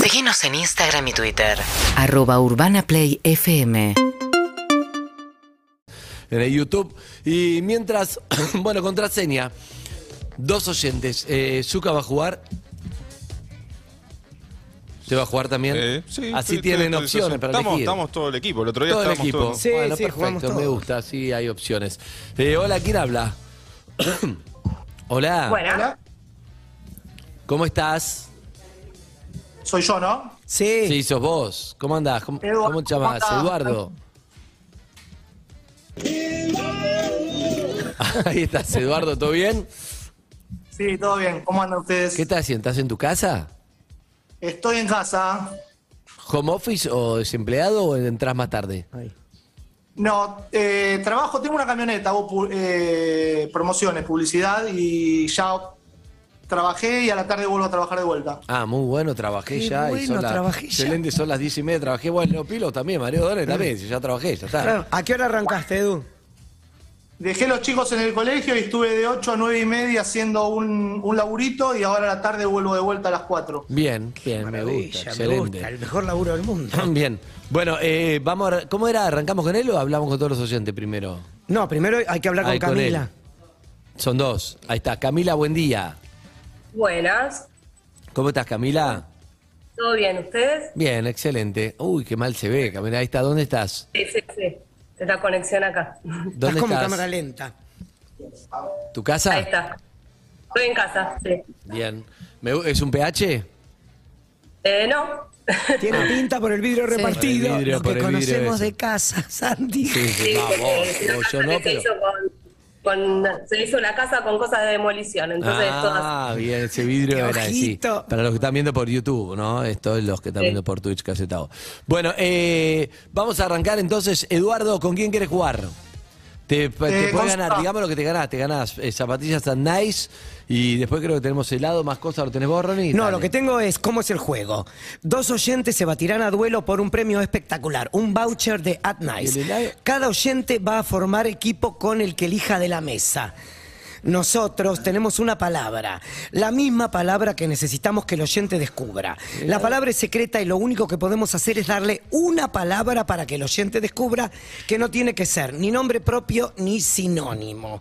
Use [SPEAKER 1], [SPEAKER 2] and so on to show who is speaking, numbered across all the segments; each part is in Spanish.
[SPEAKER 1] Seguinos en Instagram y Twitter.
[SPEAKER 2] Arroba Urbana Play FM.
[SPEAKER 3] en el YouTube. Y mientras, bueno, contraseña. Dos oyentes. Eh, Zuka va a jugar. ¿Te va a jugar también?
[SPEAKER 4] Eh, sí,
[SPEAKER 3] Así
[SPEAKER 4] estoy-
[SPEAKER 3] tienen
[SPEAKER 4] estoy- estoy-
[SPEAKER 3] opciones para
[SPEAKER 4] estamos,
[SPEAKER 3] elegir.
[SPEAKER 4] Estamos todo el equipo. El otro día
[SPEAKER 3] todo el
[SPEAKER 4] estábamos
[SPEAKER 3] equipo.
[SPEAKER 4] todos.
[SPEAKER 5] Sí,
[SPEAKER 3] bueno,
[SPEAKER 5] sí, jugamos
[SPEAKER 3] perfecto,
[SPEAKER 5] todos.
[SPEAKER 3] me gusta, sí hay opciones. Eh, hola, ¿quién habla? hola.
[SPEAKER 6] Bueno,
[SPEAKER 7] Hola.
[SPEAKER 3] ¿Cómo estás?
[SPEAKER 7] Soy yo, ¿no?
[SPEAKER 5] Sí.
[SPEAKER 3] Sí, sos vos. ¿Cómo andás? ¿Cómo,
[SPEAKER 7] Eduardo,
[SPEAKER 3] cómo te llamás?
[SPEAKER 7] ¿cómo andás?
[SPEAKER 3] Eduardo. Ahí estás, Eduardo, ¿todo bien?
[SPEAKER 7] Sí, todo bien. ¿Cómo andan ustedes?
[SPEAKER 3] ¿Qué estás haciendo? ¿Estás en tu casa?
[SPEAKER 7] Estoy en casa.
[SPEAKER 3] ¿Home office o desempleado o entras más tarde?
[SPEAKER 7] No, eh, trabajo, tengo una camioneta, hago pu- eh, promociones, publicidad y ya trabajé y a la tarde vuelvo a trabajar de vuelta.
[SPEAKER 3] Ah, muy bueno, trabajé
[SPEAKER 5] Qué
[SPEAKER 3] ya. y
[SPEAKER 5] bueno,
[SPEAKER 3] son las-
[SPEAKER 5] trabajé ya.
[SPEAKER 3] Excelente, son las 10 y media, trabajé. Bueno, Pilo también, Mario Dólares también, ya trabajé, ya está.
[SPEAKER 5] Claro. ¿A qué hora arrancaste, Edu?
[SPEAKER 7] Dejé los chicos en el colegio y estuve de 8 a 9 y media haciendo un, un laburito y ahora a la tarde vuelvo de vuelta a las 4.
[SPEAKER 3] Bien, bien, me gusta,
[SPEAKER 5] Maravilla,
[SPEAKER 3] excelente. Ah.
[SPEAKER 5] gusta, El mejor laburo del mundo.
[SPEAKER 3] Bien, bueno, eh, vamos a- ¿cómo era? ¿Arrancamos con él o hablamos con todos los oyentes primero?
[SPEAKER 5] No, primero hay que hablar con
[SPEAKER 3] Ahí con
[SPEAKER 5] Camila.
[SPEAKER 3] Son dos. Ahí está, Camila, buen día.
[SPEAKER 6] buenas.
[SPEAKER 3] ¿Cómo estás, Camila?
[SPEAKER 6] ¿Todo bien? ¿Ustedes?
[SPEAKER 3] Bien, excelente. Uy, qué mal se ve, Camila. Ahí está, ¿dónde estás?
[SPEAKER 6] Sí, sí, sí. Es la conexión acá.
[SPEAKER 3] ¿Dónde
[SPEAKER 5] estás como cámara lenta.
[SPEAKER 3] ¿Tu casa?
[SPEAKER 6] Ahí está. Estoy en casa, sí.
[SPEAKER 3] Bien. Me gu- ¿Es un PH?
[SPEAKER 6] Eh, no.
[SPEAKER 5] Tiene pinta por el vidrio repartido.
[SPEAKER 3] Ah. Por el vidrio,
[SPEAKER 5] lo
[SPEAKER 3] por
[SPEAKER 5] que
[SPEAKER 3] el vidrio
[SPEAKER 5] conocemos
[SPEAKER 3] ese.
[SPEAKER 5] de casa, Santi.
[SPEAKER 6] Sí,
[SPEAKER 3] No,
[SPEAKER 6] porque
[SPEAKER 3] vos,
[SPEAKER 6] es
[SPEAKER 3] vos, yo
[SPEAKER 6] una casa
[SPEAKER 3] no,
[SPEAKER 6] que se,
[SPEAKER 3] pero-
[SPEAKER 6] hizo con, con- se hizo una casa con cosas de demolición. Entonces, todas.
[SPEAKER 3] Ah, bien, ese vidrio
[SPEAKER 5] Qué
[SPEAKER 3] era sí.
[SPEAKER 5] ojito.
[SPEAKER 3] Para los que están viendo por YouTube, ¿no? Esto es los que están viendo por Twitch, casetado. Bueno, eh, vamos a arrancar entonces. Eduardo, ¿con quién quieres jugar? Te, te
[SPEAKER 7] Eh,
[SPEAKER 3] puedes
[SPEAKER 7] con-
[SPEAKER 3] ganar, digamos lo que te ganás. Te ganás eh, zapatillas tan nice y después creo que tenemos helado, más cosas. ¿Lo tenés vos, Ronnie?
[SPEAKER 5] No,
[SPEAKER 3] Dale.
[SPEAKER 5] lo que tengo es cómo es el juego. Dos oyentes se batirán a duelo por un premio espectacular, un voucher de At Nice.
[SPEAKER 3] ¿Y el helado?
[SPEAKER 5] Cada oyente va a formar equipo con el que elija de la mesa. Nosotros tenemos una palabra, la misma palabra que necesitamos que el oyente descubra. La palabra es secreta y lo único que podemos hacer es darle una palabra para que el oyente descubra que no tiene que ser ni nombre propio ni sinónimo.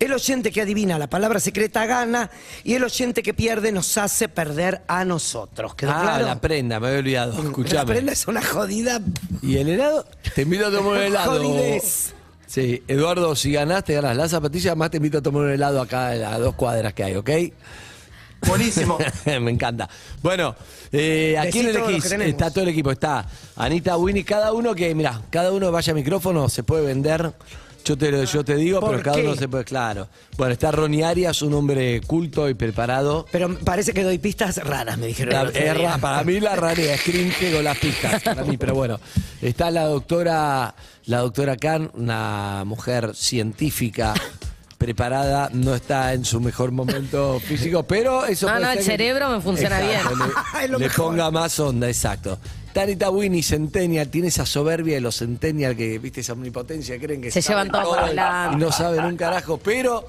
[SPEAKER 5] El oyente que adivina la palabra secreta gana y el oyente que pierde nos hace perder a nosotros. ¿Quedó
[SPEAKER 3] Ah,
[SPEAKER 5] claro?
[SPEAKER 3] la prenda, me había olvidado.
[SPEAKER 5] La
[SPEAKER 3] Escuchame.
[SPEAKER 5] prenda es una jodida.
[SPEAKER 3] ¿Y el helado? Te invito a tomar un helado.
[SPEAKER 5] Jodidez.
[SPEAKER 3] Sí, Eduardo, si ganás, te ganás las zapatillas, más te invito a tomar un helado acá en las dos cuadras que hay, ¿ok?
[SPEAKER 7] Buenísimo.
[SPEAKER 3] Me encanta. Bueno, eh, ¿a
[SPEAKER 5] Decí
[SPEAKER 3] quién
[SPEAKER 5] todo lo
[SPEAKER 3] elegís?
[SPEAKER 5] que tenemos.
[SPEAKER 3] Está todo el equipo. Está Anita, Winnie, cada uno que, mirá, cada uno vaya a micrófono, se puede vender. Yo te, lo- yo te digo,
[SPEAKER 5] ¿Por
[SPEAKER 3] pero cada
[SPEAKER 5] qué?
[SPEAKER 3] uno se puede, claro. Bueno, está Ronnie Arias, un hombre culto y preparado.
[SPEAKER 5] Pero parece que doy pistas raras, me dijeron. el
[SPEAKER 3] La-
[SPEAKER 5] otro
[SPEAKER 3] es
[SPEAKER 5] día.
[SPEAKER 3] ra- para mí la rareza es cringe con las pistas, para mí, pero bueno. Está la doctora, la doctora Khan, una mujer científica, preparada, no está en su mejor momento físico, pero eso
[SPEAKER 8] No,
[SPEAKER 3] puede
[SPEAKER 8] no,
[SPEAKER 3] ser
[SPEAKER 8] el
[SPEAKER 3] que-
[SPEAKER 8] cerebro me funciona
[SPEAKER 3] Exacto, le-
[SPEAKER 5] Es
[SPEAKER 3] Le,
[SPEAKER 5] lo mejor.
[SPEAKER 3] ponga más onda, exacto. Tanita Winnie, Centennial, tiene esa soberbia de los Centennial que, viste, esa omnipotencia, creen que
[SPEAKER 8] Se
[SPEAKER 3] saben
[SPEAKER 8] llevan todo para
[SPEAKER 3] y-
[SPEAKER 8] adelante.
[SPEAKER 3] Y no saben un carajo, pero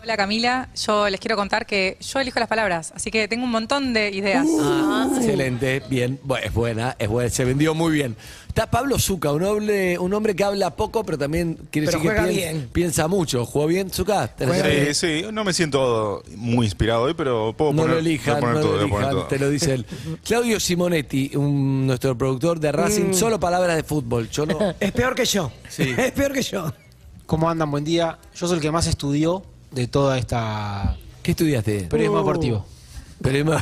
[SPEAKER 9] Hola Camila, yo les quiero contar que yo elijo las palabras, así que tengo un montón de ideas.
[SPEAKER 8] Uh.
[SPEAKER 3] Ah, Excelente, bien, Bu- es buena, es buena, se vendió muy bien. Está Pablo Zuca, un hombre, un hombre que habla poco, pero también quiere
[SPEAKER 5] Pero
[SPEAKER 3] decir que
[SPEAKER 5] juega
[SPEAKER 3] pien-
[SPEAKER 5] bien.
[SPEAKER 3] piensa mucho. ¿Jugó bien, Zuca? ¿Tenés
[SPEAKER 5] Juega
[SPEAKER 3] idea?
[SPEAKER 4] Sí, sí, no me siento muy inspirado hoy, pero puedo
[SPEAKER 3] No
[SPEAKER 4] poner,
[SPEAKER 3] lo elijan,
[SPEAKER 4] voy a poner
[SPEAKER 3] no
[SPEAKER 4] todo,
[SPEAKER 3] lo
[SPEAKER 4] voy a poner
[SPEAKER 3] elijan,
[SPEAKER 4] todo.
[SPEAKER 3] te lo dice él. Claudio Simonetti, un- nuestro productor de
[SPEAKER 5] Mm.
[SPEAKER 3] Racing, solo palabras de fútbol, yo no.
[SPEAKER 5] Es peor que yo.
[SPEAKER 3] Sí.
[SPEAKER 5] Es peor que yo.
[SPEAKER 10] ¿Cómo andan? Buen día. Yo soy el que más estudió de toda esta
[SPEAKER 3] ¿Qué estudiaste?
[SPEAKER 5] Uh.
[SPEAKER 10] periodismo deportivo.
[SPEAKER 3] Pero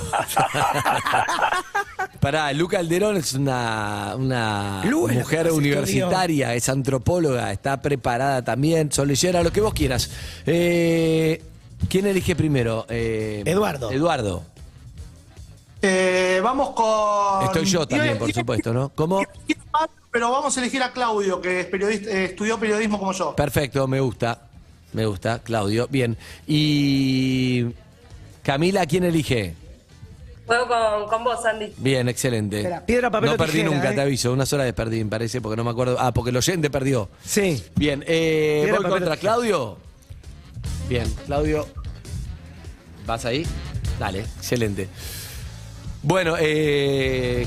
[SPEAKER 3] Pará, Luca Alderón es una, una
[SPEAKER 5] Lu es la
[SPEAKER 3] mujer
[SPEAKER 5] que más
[SPEAKER 3] universitaria, es antropóloga, está preparada también, solillera, lo que vos quieras. Eh, ¿Quién elige primero? Eh,
[SPEAKER 5] Eduardo.
[SPEAKER 3] Eduardo.
[SPEAKER 7] Eh, vamos con...
[SPEAKER 5] Ah,
[SPEAKER 3] Estoy yo también,
[SPEAKER 7] Tiene-
[SPEAKER 3] por
[SPEAKER 7] tiene-
[SPEAKER 3] supuesto, ¿no? ¿Cómo?
[SPEAKER 7] tiene más, Pero vamos a elegir a Claudio, que es periodista, eh, estudió periodismo como yo.
[SPEAKER 3] Perfecto, me gusta. Me gusta, Claudio. Bien. Y. Camila, ¿quién elige?
[SPEAKER 6] Juego con, con vos, Andy.
[SPEAKER 3] Bien, excelente.
[SPEAKER 5] Espera, piedra, papel
[SPEAKER 3] no
[SPEAKER 5] o
[SPEAKER 3] perdí
[SPEAKER 5] tijera,
[SPEAKER 3] nunca,
[SPEAKER 5] ¿eh?
[SPEAKER 3] te aviso. Una sola vez perdí, me parece, porque no me acuerdo. Ah, porque el oyente perdió.
[SPEAKER 5] Sí.
[SPEAKER 3] Bien, eh,
[SPEAKER 5] Piedra,
[SPEAKER 3] voy
[SPEAKER 5] papel,
[SPEAKER 3] contra
[SPEAKER 5] tijera.
[SPEAKER 3] Claudio. Bien, Claudio. ¿Vas ahí? Dale, excelente. Bueno, eh,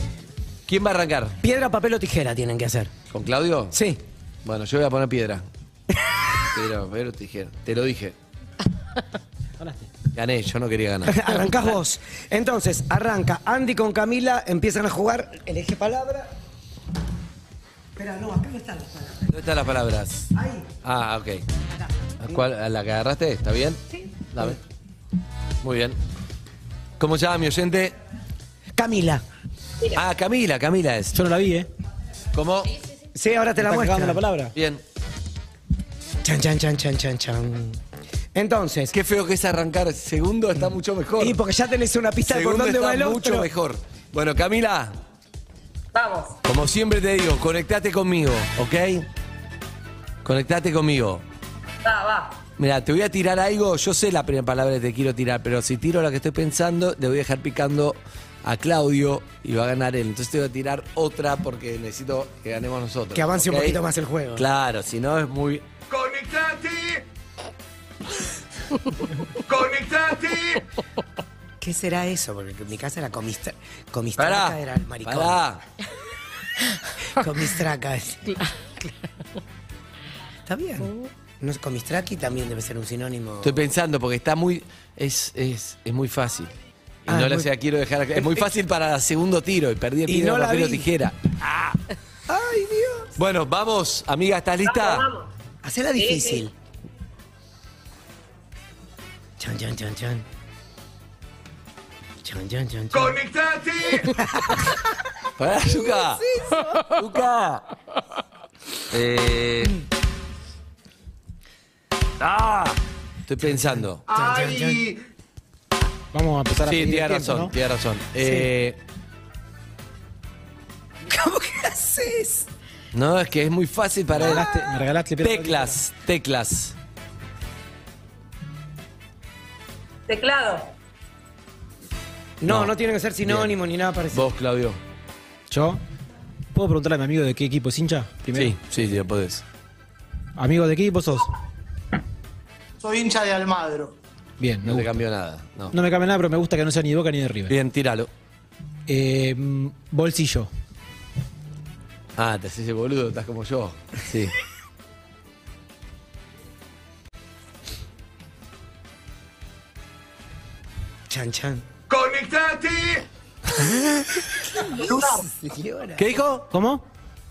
[SPEAKER 3] ¿quién va a arrancar?
[SPEAKER 5] Piedra, papel o tijera tienen que hacer.
[SPEAKER 3] ¿Con Claudio?
[SPEAKER 5] Sí.
[SPEAKER 3] Bueno, yo voy a poner piedra. Pero, pero te dije- te lo dije. Gané, yo no quería ganar.
[SPEAKER 5] Arrancás vos. Entonces, arranca. Andy con Camila empiezan a jugar. Elige palabra. Espera, no, acá no están las palabras.
[SPEAKER 3] ¿Dónde están las palabras?
[SPEAKER 5] Ahí.
[SPEAKER 3] Ah, ok. ¿A cuál- a ¿La que agarraste? ¿Está bien? Sí. Dame. Muy bien. ¿Cómo se llama mi oyente?
[SPEAKER 5] Camila.
[SPEAKER 3] Ah, Camila, Camila es.
[SPEAKER 10] Yo no la vi, ¿eh?
[SPEAKER 3] ¿Cómo?
[SPEAKER 5] Sí, ahora te la
[SPEAKER 10] Está
[SPEAKER 5] muestro.
[SPEAKER 10] cagando la palabra.
[SPEAKER 3] Bien.
[SPEAKER 5] Chan, chan, chan, chan, chan, chan. Entonces,
[SPEAKER 3] Qué feo que es arrancar. Segundo está mucho mejor.
[SPEAKER 5] y porque ya tenés una pista de por
[SPEAKER 3] Segundo
[SPEAKER 5] dónde
[SPEAKER 3] está
[SPEAKER 5] va el otro.
[SPEAKER 3] mucho mejor. Bueno, Camila,
[SPEAKER 6] Vamos.
[SPEAKER 3] como siempre te digo, conectate conmigo, ¿ok? Conectate conmigo.
[SPEAKER 6] Va, va.
[SPEAKER 3] Mira, te voy a tirar algo. Yo sé la primera palabra que te quiero tirar, pero si tiro la que estoy pensando, le voy a dejar picando a Claudio y va a ganar él. Entonces te voy a tirar otra porque necesito que ganemos nosotros.
[SPEAKER 5] Que avance un
[SPEAKER 3] ¿ok?
[SPEAKER 5] poquito más el juego.
[SPEAKER 3] Claro, si no es muy. ¡Conectate! ¡Conectate!
[SPEAKER 5] ¿Qué será eso? Porque en mi casa era comista. Comistraca
[SPEAKER 3] Pará.
[SPEAKER 5] era el maricón.
[SPEAKER 3] Pará.
[SPEAKER 5] Comistraca. es. Está bien. No, es- comistraqui también debe ser un sinónimo.
[SPEAKER 3] Estoy pensando porque está muy. Es, es, es muy fácil. Y
[SPEAKER 5] Ah,
[SPEAKER 3] no
[SPEAKER 5] es
[SPEAKER 3] la
[SPEAKER 5] muy-
[SPEAKER 3] sea, quiero dejar. Es muy fácil para el segundo tiro y perdí el
[SPEAKER 5] Y
[SPEAKER 3] piedra,
[SPEAKER 5] no la
[SPEAKER 3] papel o
[SPEAKER 5] vi.
[SPEAKER 3] tijera. Ah.
[SPEAKER 5] ¡Ay, Dios!
[SPEAKER 3] Bueno, vamos, amiga, ¿estás lista?
[SPEAKER 6] Vamos, vamos.
[SPEAKER 5] Hacela
[SPEAKER 6] Sí,
[SPEAKER 5] difícil.
[SPEAKER 6] sí.
[SPEAKER 5] Chan, chan, chan, chan. Chan, chan, chan, chan.
[SPEAKER 3] Pará, Luca. Luca. Eh. Ah, estoy pensando.
[SPEAKER 5] Chan, chan, chan.
[SPEAKER 7] ¡Ay!
[SPEAKER 10] Vamos a empezar a
[SPEAKER 3] Sí,
[SPEAKER 10] pedir
[SPEAKER 3] tienes
[SPEAKER 10] el tiempo,
[SPEAKER 3] razón,
[SPEAKER 10] ¿no?
[SPEAKER 3] tienes razón. Eh,
[SPEAKER 5] ¿Cómo que haces?
[SPEAKER 3] no, es que es muy fácil para
[SPEAKER 10] Me
[SPEAKER 3] él.
[SPEAKER 10] regalaste- me regalaste piedra,
[SPEAKER 3] Teclas, teclas.
[SPEAKER 6] Teclado.
[SPEAKER 5] No, no, tiene que ser sinónimo ni nada parecido.
[SPEAKER 3] Vos, Claudio.
[SPEAKER 10] Yo. ¿Puedo preguntarle a mi amigo de qué equipo es hincha? Primero.
[SPEAKER 3] Sí, sí, sí, lo podés.
[SPEAKER 10] ¿Amigo de qué equipo sos?
[SPEAKER 7] Soy hincha de Almagro.
[SPEAKER 10] Bien, me
[SPEAKER 3] No te
[SPEAKER 10] gusta.
[SPEAKER 3] cambió nada. No.
[SPEAKER 10] No me cambia nada, pero me gusta que no sea ni de Boca ni de River.
[SPEAKER 3] Bien, tíralo.
[SPEAKER 10] Eh, mm, bolsillo.
[SPEAKER 3] Ah, te haces el boludo, estás como yo. Sí.
[SPEAKER 5] Chan, chan. ¡Conectate! Señora.
[SPEAKER 3] ¿Qué dijo?
[SPEAKER 10] ¿Cómo?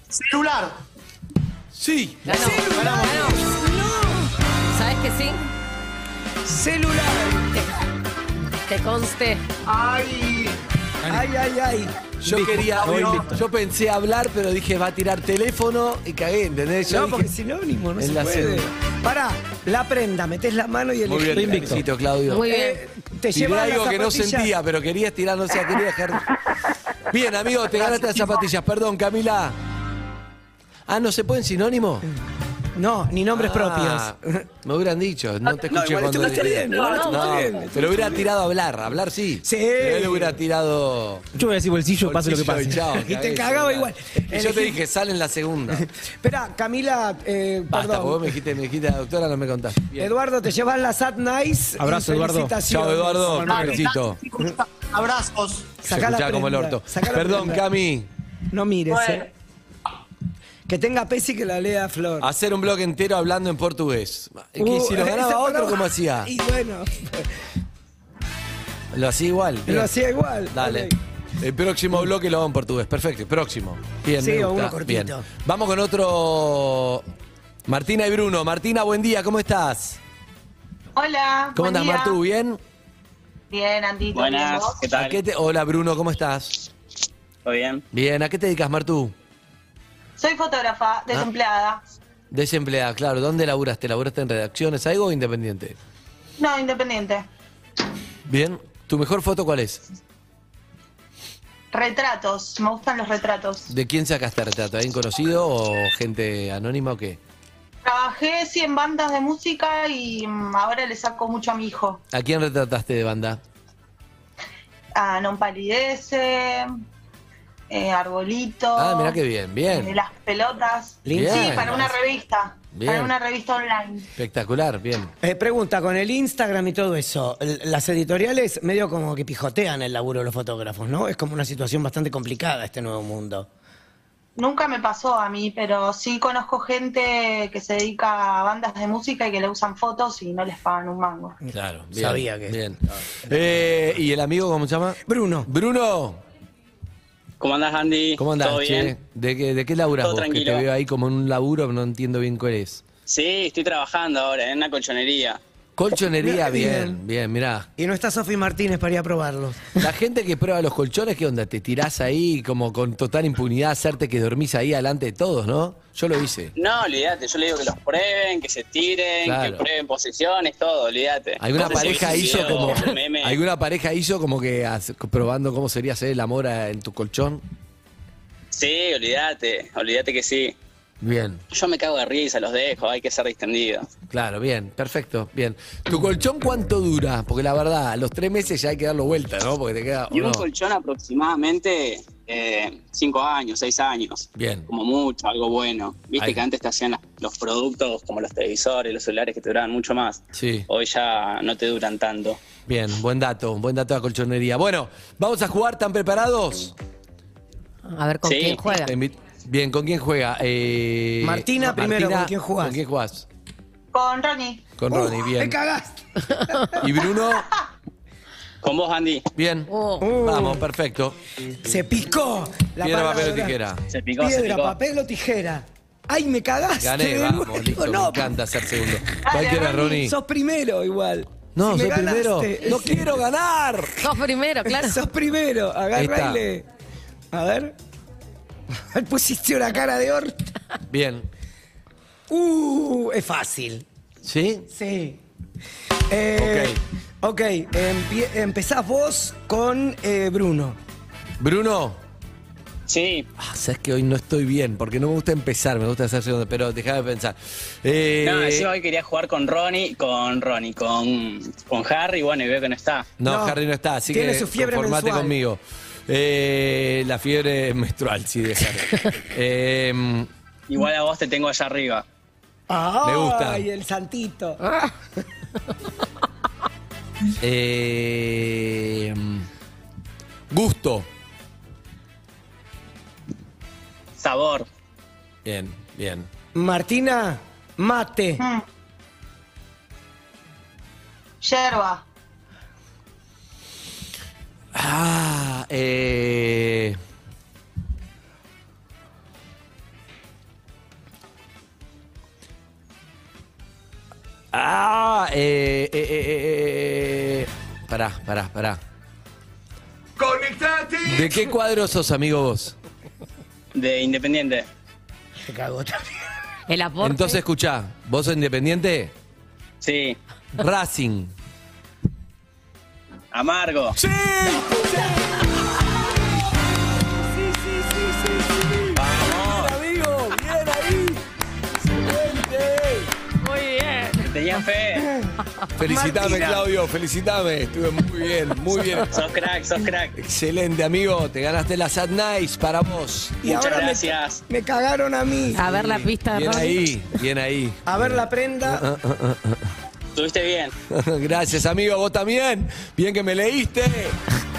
[SPEAKER 7] Celular.
[SPEAKER 3] Sí.
[SPEAKER 8] ¿Sabes que sí?
[SPEAKER 5] Celular.
[SPEAKER 8] Que conste.
[SPEAKER 7] ¡Ay!
[SPEAKER 5] Ay, ay, ay.
[SPEAKER 3] Yo quería, yo, yo pensé hablar, pero dije va a tirar teléfono y cagué, ¿entendés? Yo
[SPEAKER 5] No,
[SPEAKER 3] dije-
[SPEAKER 5] porque es sinónimo, no
[SPEAKER 3] Es
[SPEAKER 5] se
[SPEAKER 3] la
[SPEAKER 5] puede.
[SPEAKER 3] cédula.
[SPEAKER 5] Pará, la prenda, metés la mano y el
[SPEAKER 3] Muy bien,
[SPEAKER 10] invicto.
[SPEAKER 3] felicito, Claudio.
[SPEAKER 8] Muy bien.
[SPEAKER 5] Eh, te
[SPEAKER 3] Tiré
[SPEAKER 5] lleva
[SPEAKER 3] algo que no sentía, pero querías tirar, no sé, quería dejar. Bien, amigo, te ganaste las zapatillas. Perdón, Camila. Ah, ¿no se pueden sinónimos?
[SPEAKER 5] No, ni nombres
[SPEAKER 3] Ah,
[SPEAKER 5] propios.
[SPEAKER 3] Me hubieran dicho, no te
[SPEAKER 5] Ah, No,
[SPEAKER 3] escuché
[SPEAKER 5] igual esto
[SPEAKER 3] cuando
[SPEAKER 5] no está
[SPEAKER 3] dije.
[SPEAKER 5] bien, igual esto no está bien, esto
[SPEAKER 3] Pero hubiera tirado a hablar, hablar sí.
[SPEAKER 5] Sí.
[SPEAKER 3] Pero él hubiera tirado.
[SPEAKER 10] Yo voy a decir bolsillo, pase lo que
[SPEAKER 3] Bolsillo
[SPEAKER 10] pase.
[SPEAKER 3] y chao,
[SPEAKER 5] Y
[SPEAKER 3] cagué,
[SPEAKER 5] te cagaba
[SPEAKER 3] sí,
[SPEAKER 5] igual.
[SPEAKER 3] Y yo te dije, sale en la segunda.
[SPEAKER 5] Espera, Camila, eh,
[SPEAKER 3] Basta, porque vos
[SPEAKER 5] perdón.
[SPEAKER 3] me dijiste, me dijiste, doctora, no me contaste.
[SPEAKER 5] Eduardo, te llevas la Sat Nice. y
[SPEAKER 10] Abrazo, Eduardo.
[SPEAKER 5] felicitaciones.
[SPEAKER 3] Chao, Eduardo. Besito.
[SPEAKER 7] Abrazos.
[SPEAKER 3] Se
[SPEAKER 5] Sacá la
[SPEAKER 3] escuchaba como el
[SPEAKER 5] prenda,
[SPEAKER 3] orto.
[SPEAKER 5] sacá la
[SPEAKER 3] Perdón,
[SPEAKER 5] prenda.
[SPEAKER 3] Cami.
[SPEAKER 5] No mires,
[SPEAKER 6] Bueno.
[SPEAKER 5] eh. Que tenga pez y que la lea Flor.
[SPEAKER 3] Hacer un blog entero hablando en portugués. ¿Qué,
[SPEAKER 5] Uh,
[SPEAKER 3] Ah, si lo
[SPEAKER 5] se
[SPEAKER 3] ganaba otro,
[SPEAKER 5] paraba.
[SPEAKER 3] ¿cómo hacía?
[SPEAKER 5] Y bueno,
[SPEAKER 3] Lo hacía igual. bien.
[SPEAKER 5] lo hacía igual.
[SPEAKER 3] Dale.
[SPEAKER 5] Ok.
[SPEAKER 3] El próximo bloque lo hago en portugués. Perfecto. Próximo. Bien,
[SPEAKER 5] Sí,
[SPEAKER 3] me
[SPEAKER 5] o
[SPEAKER 3] gusta.
[SPEAKER 5] uno cortito.
[SPEAKER 3] Bien. Vamos con otro. Martina y Bruno. Martina, buen día. ¿Cómo estás?
[SPEAKER 11] Hola.
[SPEAKER 3] ¿Cómo
[SPEAKER 11] buen
[SPEAKER 3] andas,
[SPEAKER 11] día.
[SPEAKER 3] Martu? ¿Bien?
[SPEAKER 11] Bien, Andito. bien,
[SPEAKER 8] Buenas,
[SPEAKER 11] vos.
[SPEAKER 8] ¿qué
[SPEAKER 3] ¿A
[SPEAKER 8] tal?
[SPEAKER 3] qué te- Hola, Bruno. ¿Cómo estás?
[SPEAKER 8] ¿Todo bien?
[SPEAKER 3] Bien. ¿A qué te dedicas, Martu? Ah.
[SPEAKER 11] Soy fotógrafa, desempleada.
[SPEAKER 3] Desempleada, claro. ¿Dónde laburaste? ¿Laburaste en redacciones? ¿Algo o independiente?
[SPEAKER 11] No, independiente.
[SPEAKER 3] Bien. ¿Tu mejor foto cuál es?
[SPEAKER 11] Retratos, me gustan los retratos.
[SPEAKER 3] ¿De quién sacaste retrato? ¿Alguien conocido o gente anónima o qué?
[SPEAKER 11] Trabajé sí en bandas de música y mm, ahora le saco mucho a mi hijo.
[SPEAKER 3] ¿A quién retrataste de banda?
[SPEAKER 11] A Non Palidece, eh, Arbolito.
[SPEAKER 3] Ah, mirá qué bien, bien.
[SPEAKER 11] eh, Las pelotas.
[SPEAKER 3] Bien.
[SPEAKER 11] Sí, para una revista.
[SPEAKER 3] Bien.
[SPEAKER 11] para una revista online.
[SPEAKER 3] Espectacular, bien.
[SPEAKER 5] Eh, pregunta, con el Instagram y todo eso, l- las editoriales medio como que pijotean el laburo de los fotógrafos, ¿no? Es como una situación bastante complicada este nuevo mundo.
[SPEAKER 11] Nunca me pasó a mí, pero sí conozco gente que se dedica a bandas de música y que le usan fotos y no les pagan un mango.
[SPEAKER 3] Claro,
[SPEAKER 5] Sabía que-
[SPEAKER 3] Bien. Eh, ¿Y el amigo cómo se llama?
[SPEAKER 5] Bruno.
[SPEAKER 3] Bruno,
[SPEAKER 8] ¿Cómo andás, Andy?
[SPEAKER 3] ¿cómo andás?
[SPEAKER 8] ¿Todo
[SPEAKER 3] che?
[SPEAKER 8] bien?
[SPEAKER 3] ¿De qué, de qué laburas
[SPEAKER 8] Todo
[SPEAKER 3] vos? Que
[SPEAKER 8] tranquilo.
[SPEAKER 3] te veo ahí como en un laburo, pero no entiendo bien cuál es.
[SPEAKER 8] Sí, estoy trabajando ahora en una colchonería.
[SPEAKER 3] Colchonería,
[SPEAKER 5] Mirá qué
[SPEAKER 3] bien, bien,
[SPEAKER 5] bien.
[SPEAKER 3] mirá.
[SPEAKER 5] Y no está Sofi Martínez para ir a probarlos.
[SPEAKER 3] La gente que prueba los colchones, ¿qué onda? Te tirás ahí como con total impunidad, hacerte que dormís ahí delante de todos, ¿no? Yo lo hice.
[SPEAKER 8] No, olvídate, yo le digo que los prueben, que se tiren,
[SPEAKER 3] Claro.
[SPEAKER 8] que prueben pues, posiciones, todo, olvídate.
[SPEAKER 3] Alguna
[SPEAKER 8] No sé si
[SPEAKER 3] pareja
[SPEAKER 8] viste un
[SPEAKER 3] hizo
[SPEAKER 8] video,
[SPEAKER 3] como
[SPEAKER 8] un meme.
[SPEAKER 3] alguna pareja hizo como que as- probando cómo sería hacer el amor a- en tu colchón.
[SPEAKER 8] Sí, olvídate, olvídate que sí.
[SPEAKER 3] Bien,
[SPEAKER 8] Yo me cago de risa, los dejo, hay que ser distendidos.
[SPEAKER 3] claro, bien, perfecto, bien. ¿Tu colchón cuánto dura? Porque la verdad, a los tres meses ya hay que darlo vuelta, ¿no? Porque te queda. ¿o
[SPEAKER 8] Y
[SPEAKER 3] no?
[SPEAKER 8] un colchón aproximadamente eh, cinco años, seis años.
[SPEAKER 3] Bien.
[SPEAKER 8] Como mucho, algo bueno. Viste
[SPEAKER 3] Ahí.
[SPEAKER 8] que antes te hacían las- los productos como los televisores, los celulares que te duraban mucho más.
[SPEAKER 3] Sí,
[SPEAKER 8] Hoy ya no te duran tanto.
[SPEAKER 3] bien, buen dato, buen dato de la colchonería. Bueno, vamos a jugar, ¿tan preparados?
[SPEAKER 12] A ver con
[SPEAKER 8] Sí.
[SPEAKER 12] quién juega.
[SPEAKER 3] Te invit- Bien, ¿con quién juega? Eh,
[SPEAKER 5] Martina, primero, ¿con quién jugás?
[SPEAKER 3] ¿Con quién jugás?
[SPEAKER 11] Con Ronnie.
[SPEAKER 3] Con
[SPEAKER 5] Uh,
[SPEAKER 3] Ronnie, bien.
[SPEAKER 5] ¡Me cagaste!
[SPEAKER 3] ¿Y Bruno?
[SPEAKER 8] Con vos, Andy,
[SPEAKER 3] Bien.
[SPEAKER 5] Uh,
[SPEAKER 3] Vamos, perfecto.
[SPEAKER 5] Se picó.
[SPEAKER 3] Piedra,
[SPEAKER 5] La palabra
[SPEAKER 3] papel o
[SPEAKER 5] dorada.
[SPEAKER 3] tijera.
[SPEAKER 8] se picó, se
[SPEAKER 5] Piedra,
[SPEAKER 8] picó.
[SPEAKER 5] papel o tijera. ¡Ay, me cagaste!
[SPEAKER 3] Gané,
[SPEAKER 5] de
[SPEAKER 3] vamos,
[SPEAKER 5] nuevo!
[SPEAKER 3] listo.
[SPEAKER 5] No,
[SPEAKER 3] Me encanta ser segundo. ¿Cuál era, Ronnie?
[SPEAKER 5] Sos primero igual.
[SPEAKER 3] No,
[SPEAKER 5] Si me
[SPEAKER 3] soy primero.
[SPEAKER 5] ganaste.
[SPEAKER 3] No
[SPEAKER 5] Sí.
[SPEAKER 3] quiero ganar.
[SPEAKER 12] Sos primero, claro.
[SPEAKER 5] Sos primero,
[SPEAKER 3] Está.
[SPEAKER 5] agárrale. A ver. Pusiste una cara de horta.
[SPEAKER 3] Bien.
[SPEAKER 5] Uh, es fácil.
[SPEAKER 3] ¿Sí?
[SPEAKER 5] Sí. Eh, ok. empie- empezás vos con eh, Bruno.
[SPEAKER 3] Bruno.
[SPEAKER 8] Sí,
[SPEAKER 3] Ah, sabes que hoy no estoy bien, porque no me gusta empezar, me gusta hacer segundo, pero dejame pensar. Eh,
[SPEAKER 8] No, encima hoy quería jugar con Ronnie, con Ronnie, con, con Harry, bueno, y veo que no está.
[SPEAKER 3] no,
[SPEAKER 5] no,
[SPEAKER 3] Harry no está, así
[SPEAKER 5] tiene
[SPEAKER 3] que
[SPEAKER 5] su fiebre
[SPEAKER 3] conformate
[SPEAKER 5] mensual.
[SPEAKER 3] conmigo. Eh, la fiebre menstrual, sí, de Harry. Eh,
[SPEAKER 8] Igual a vos te tengo allá arriba.
[SPEAKER 5] Ay,
[SPEAKER 3] Me gusta.
[SPEAKER 5] el santito.
[SPEAKER 3] eh, gusto.
[SPEAKER 8] Sabor.
[SPEAKER 3] Bien, bien.
[SPEAKER 5] Martina, mate.
[SPEAKER 11] Mm. Yerba.
[SPEAKER 3] Ah, eh. Ah, eh, eh, eh, eh, eh. Pará, pará, pará. ¡Conectate! ¿De qué cuadro sos, amigo vos?
[SPEAKER 8] De Independiente.
[SPEAKER 5] Se cagó también.
[SPEAKER 12] El aporte.
[SPEAKER 3] Entonces escuchá, ¿vos sos independiente?
[SPEAKER 8] Sí.
[SPEAKER 3] Racing.
[SPEAKER 8] Amargo.
[SPEAKER 3] ¡Sí!
[SPEAKER 8] Vamos.
[SPEAKER 3] amigo! ¡Bien ahí!
[SPEAKER 8] Tenía fe.
[SPEAKER 3] Felicitame,
[SPEAKER 5] Martina.
[SPEAKER 3] Claudio, felicitame. Estuve muy bien, muy bien.
[SPEAKER 8] Sos crack, sos crack.
[SPEAKER 3] Excelente, amigo. Te ganaste la Sad Nights para vos.
[SPEAKER 5] Y
[SPEAKER 8] Muchas
[SPEAKER 5] ahora me-
[SPEAKER 8] gracias.
[SPEAKER 5] Me, cagaron a mí.
[SPEAKER 12] A ver la pista de
[SPEAKER 3] Bien
[SPEAKER 12] Ronnie.
[SPEAKER 3] ahí, bien ahí.
[SPEAKER 5] A ver la prenda.
[SPEAKER 8] Estuviste bien.
[SPEAKER 3] Gracias, amigo. Vos también. Bien que me leíste.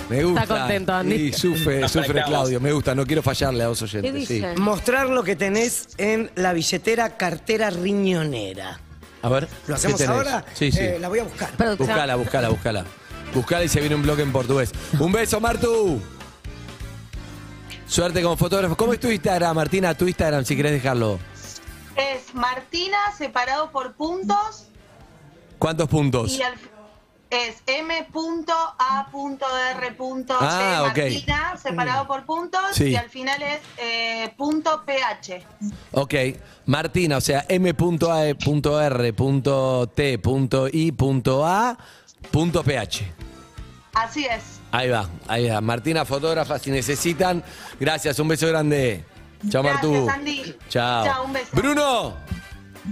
[SPEAKER 3] Me gusta.
[SPEAKER 12] contento, Andy.
[SPEAKER 3] Y sufre,
[SPEAKER 8] Nos
[SPEAKER 3] sufre
[SPEAKER 8] conectamos.
[SPEAKER 3] Claudio. Me gusta. No quiero fallarle a vos
[SPEAKER 12] ¿Qué
[SPEAKER 3] oyentes. Sí.
[SPEAKER 12] dicen?
[SPEAKER 5] Mostrar lo que tenés en la billetera cartera riñonera.
[SPEAKER 3] A ver.
[SPEAKER 5] ¿Lo hacemos
[SPEAKER 3] ¿qué tenés?
[SPEAKER 5] ahora?
[SPEAKER 3] Sí, sí.
[SPEAKER 5] Eh, la voy a buscar.
[SPEAKER 12] Producción.
[SPEAKER 3] Buscala, buscala, buscala. Buscala y se viene un bloque en portugués. Un beso, Martu. Suerte con fotógrafos. ¿Cómo es tu Instagram, Martina? Tu Instagram, si querés dejarlo.
[SPEAKER 11] Es Martina separado por puntos
[SPEAKER 3] ¿Cuántos puntos?
[SPEAKER 11] y al f- es m.a.r.
[SPEAKER 3] Ah, ok.
[SPEAKER 11] Martina separado por puntos
[SPEAKER 3] Sí.
[SPEAKER 11] y al final es eh, punto ph.
[SPEAKER 3] Ok, Martina, o sea, e m.ae.r.t.i.a.ph.
[SPEAKER 11] Así es.
[SPEAKER 3] Ahí va, ahí va. Martina, fotógrafa, si necesitan. Gracias, un beso grande. Chao,
[SPEAKER 11] Gracias,
[SPEAKER 3] Martú.
[SPEAKER 11] Andy.
[SPEAKER 3] Chao.
[SPEAKER 11] Chao, un beso.
[SPEAKER 3] Bruno,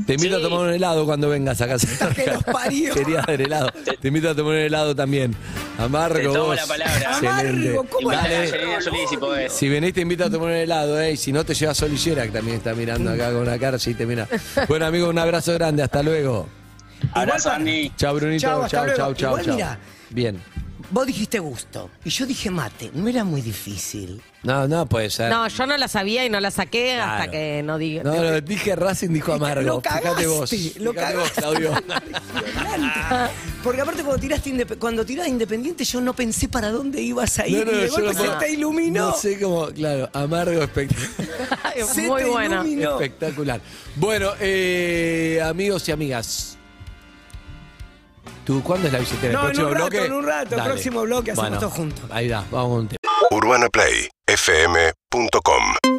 [SPEAKER 3] te invito a
[SPEAKER 8] Sí.
[SPEAKER 3] tomar un helado cuando vengas a casa.
[SPEAKER 5] que los parió.
[SPEAKER 3] Quería dar helado. Te invito a tomar un helado también. Amargo.
[SPEAKER 8] Te tomo
[SPEAKER 3] vos.
[SPEAKER 8] la palabra.
[SPEAKER 3] Excelente.
[SPEAKER 8] Amargo, ¿cómo
[SPEAKER 3] Dale.
[SPEAKER 8] la- Angelina Jolie, si podés.
[SPEAKER 3] Si venís te invito a tomar un helado, eh. Y si no te llevas solillera, que también está mirando acá con una cara, sí te mira. Bueno, amigo, un abrazo grande, hasta luego.
[SPEAKER 8] Abrazo, Andy.
[SPEAKER 3] Chao,
[SPEAKER 5] Chau,
[SPEAKER 3] Brunito,
[SPEAKER 5] hasta
[SPEAKER 3] chao,
[SPEAKER 5] luego.
[SPEAKER 3] chao, chao,
[SPEAKER 5] Igual,
[SPEAKER 3] chao.
[SPEAKER 5] mira.
[SPEAKER 3] Bien.
[SPEAKER 5] Vos dijiste gusto y yo dije mate. No era muy difícil.
[SPEAKER 3] No, no puede ser.
[SPEAKER 12] No, yo no la sabía y no la saqué
[SPEAKER 3] Claro.
[SPEAKER 12] hasta que no diga.
[SPEAKER 3] No, no, dije Racing, dijo Amargo.
[SPEAKER 5] Lo
[SPEAKER 3] Fíjate vos.
[SPEAKER 5] cagaste, lo
[SPEAKER 3] Fíjate vos, Claudio.
[SPEAKER 5] Porque aparte cuando tiraste indep- cuando tirás Independiente yo no pensé para dónde ibas a ir. y de
[SPEAKER 3] yo
[SPEAKER 5] golpe
[SPEAKER 3] no
[SPEAKER 5] se
[SPEAKER 3] puedo-
[SPEAKER 5] te iluminó.
[SPEAKER 3] No sé cómo, claro, Amargo espectacular.
[SPEAKER 5] Se
[SPEAKER 12] Muy
[SPEAKER 5] te
[SPEAKER 12] buena.
[SPEAKER 5] iluminó.
[SPEAKER 3] Espectacular. Bueno, eh, amigos y amigas. ¿Tú cuándo es la billetera? ¿El
[SPEAKER 5] No, en
[SPEAKER 3] próximo
[SPEAKER 5] un rato,
[SPEAKER 3] bloque?
[SPEAKER 5] en un rato, próximo bloque hacemos todo juntos.
[SPEAKER 3] Ahí da, vamos con un tema.
[SPEAKER 13] UrbanaPlayFM.com